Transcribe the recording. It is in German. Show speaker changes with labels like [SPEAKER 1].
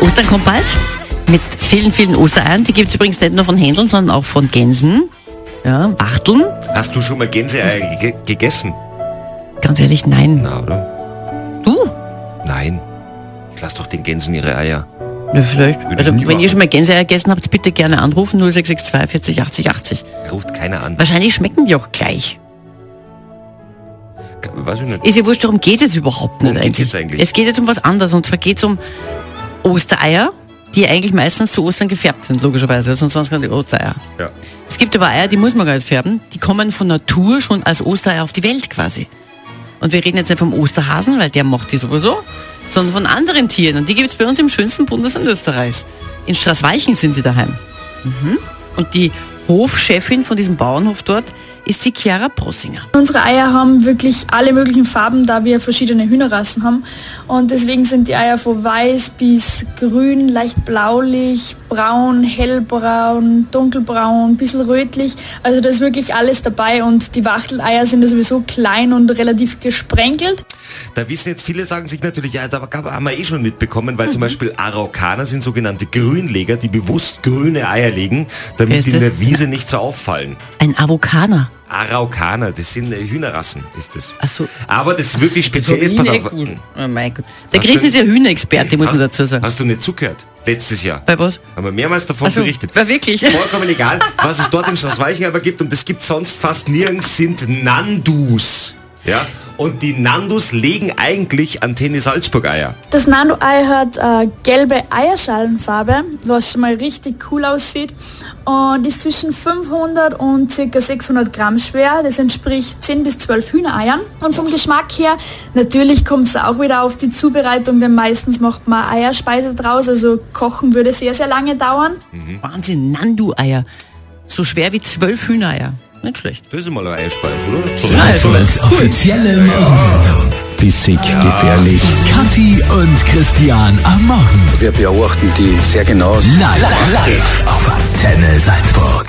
[SPEAKER 1] Ostern kommt bald mit vielen, vielen Ostereiern. Die gibt es übrigens nicht nur von Händeln, sondern auch von Gänsen, ja, Wachteln.
[SPEAKER 2] Hast du schon mal Gänseeier ge gegessen?
[SPEAKER 1] Ganz ehrlich, nein.
[SPEAKER 2] Na, oder?
[SPEAKER 1] Du?
[SPEAKER 2] Nein. Ich lass doch den Gänsen ihre Eier.
[SPEAKER 1] Ja, vielleicht.
[SPEAKER 2] Würde ich
[SPEAKER 1] Also,
[SPEAKER 2] nie
[SPEAKER 1] wenn ihr
[SPEAKER 2] machen.
[SPEAKER 1] schon mal Gänseeier gegessen habt, bitte gerne anrufen 0662 40 80 80.
[SPEAKER 2] Ruft keiner an.
[SPEAKER 1] Wahrscheinlich schmecken die auch gleich.
[SPEAKER 2] Ke- Weiß ich nicht.
[SPEAKER 1] Ist ja wurscht, darum geht es überhaupt nicht
[SPEAKER 2] Worum geht's
[SPEAKER 1] eigentlich.
[SPEAKER 2] jetzt eigentlich?
[SPEAKER 1] Es geht jetzt um was anderes und zwar geht es um Ostereier, die eigentlich meistens zu Ostern gefärbt sind, logischerweise, sonst sonst keine Ostereier.
[SPEAKER 2] Ja.
[SPEAKER 1] Es gibt aber Eier, die muss man gar nicht färben. Die kommen von Natur schon als Ostereier auf die Welt quasi. Und wir reden jetzt nicht vom Osterhasen, weil der macht die sowieso, sondern von anderen Tieren. Und die gibt es bei uns im schönsten Bundesland Österreichs. In Straßweichen sind sie daheim. Mhm. Und die Hofchefin von diesem Bauernhof dort ist die Chiara Prossinger.
[SPEAKER 3] Unsere Eier haben wirklich alle möglichen Farben, da wir verschiedene Hühnerrassen haben. Und deswegen sind die Eier von weiß bis grün, leicht blaulich, braun, hellbraun, dunkelbraun, ein bisschen rötlich. Also da ist wirklich alles dabei und die Wachteleier sind ja sowieso klein und relativ gesprenkelt.
[SPEAKER 2] Da wissen jetzt viele, sagen sich natürlich, ja, da gab- haben wir eh schon mitbekommen, weil
[SPEAKER 1] Mhm.
[SPEAKER 2] zum Beispiel Araukaner sind sogenannte Grünleger, die bewusst grüne Eier legen,
[SPEAKER 1] Wer
[SPEAKER 2] damit
[SPEAKER 1] ist
[SPEAKER 2] die in
[SPEAKER 1] das?
[SPEAKER 2] der Wiese nicht so auffallen.
[SPEAKER 1] Ein Avokaner.
[SPEAKER 2] Araukaner, das sind äh, Hühnerrassen, ist das.
[SPEAKER 1] Ach so.
[SPEAKER 2] Aber das ist wirklich speziell. Jetzt pass auf.
[SPEAKER 1] Oh mein Gott. Der
[SPEAKER 2] Hast
[SPEAKER 1] Christen
[SPEAKER 2] du-
[SPEAKER 1] ist ja Hühnerexperte, muss man
[SPEAKER 2] Hast-
[SPEAKER 1] dazu sagen.
[SPEAKER 2] Hast du nicht zugehört? Letztes Jahr.
[SPEAKER 1] Bei was?
[SPEAKER 2] Haben wir mehrmals davon
[SPEAKER 1] Ach so,
[SPEAKER 2] berichtet.
[SPEAKER 1] war wirklich.
[SPEAKER 2] Vollkommen egal, was es dort in Straßweichen aber gibt und es gibt sonst fast nirgends, sind Nandus. Ja? Und die Nandus legen eigentlich Antenne Salzburg-Eier.
[SPEAKER 3] Das Nando-Ei hat äh, gelbe Eierschalenfarbe, was schon mal richtig cool aussieht und ist zwischen 500 und ca. 600 Gramm schwer. Das entspricht 10 bis 12 Hühnereiern. Und vom Geschmack her, natürlich kommt es auch wieder auf die Zubereitung, denn meistens macht man Eierspeise draus, also kochen würde sehr, sehr lange dauern.
[SPEAKER 1] Wahnsinn, Nandu-Eier. So schwer wie zwölf Hühnereier. Nicht schlecht.
[SPEAKER 2] Das ist mal ein Eierspeis, oder?
[SPEAKER 4] Salzburgs offizielle Morgensendung.
[SPEAKER 5] Bissig, gefährlich.
[SPEAKER 4] Kathi und Christian am Morgen.
[SPEAKER 6] Wir beobachten die sehr genau.
[SPEAKER 4] Live, live auf Antenne Salzburg.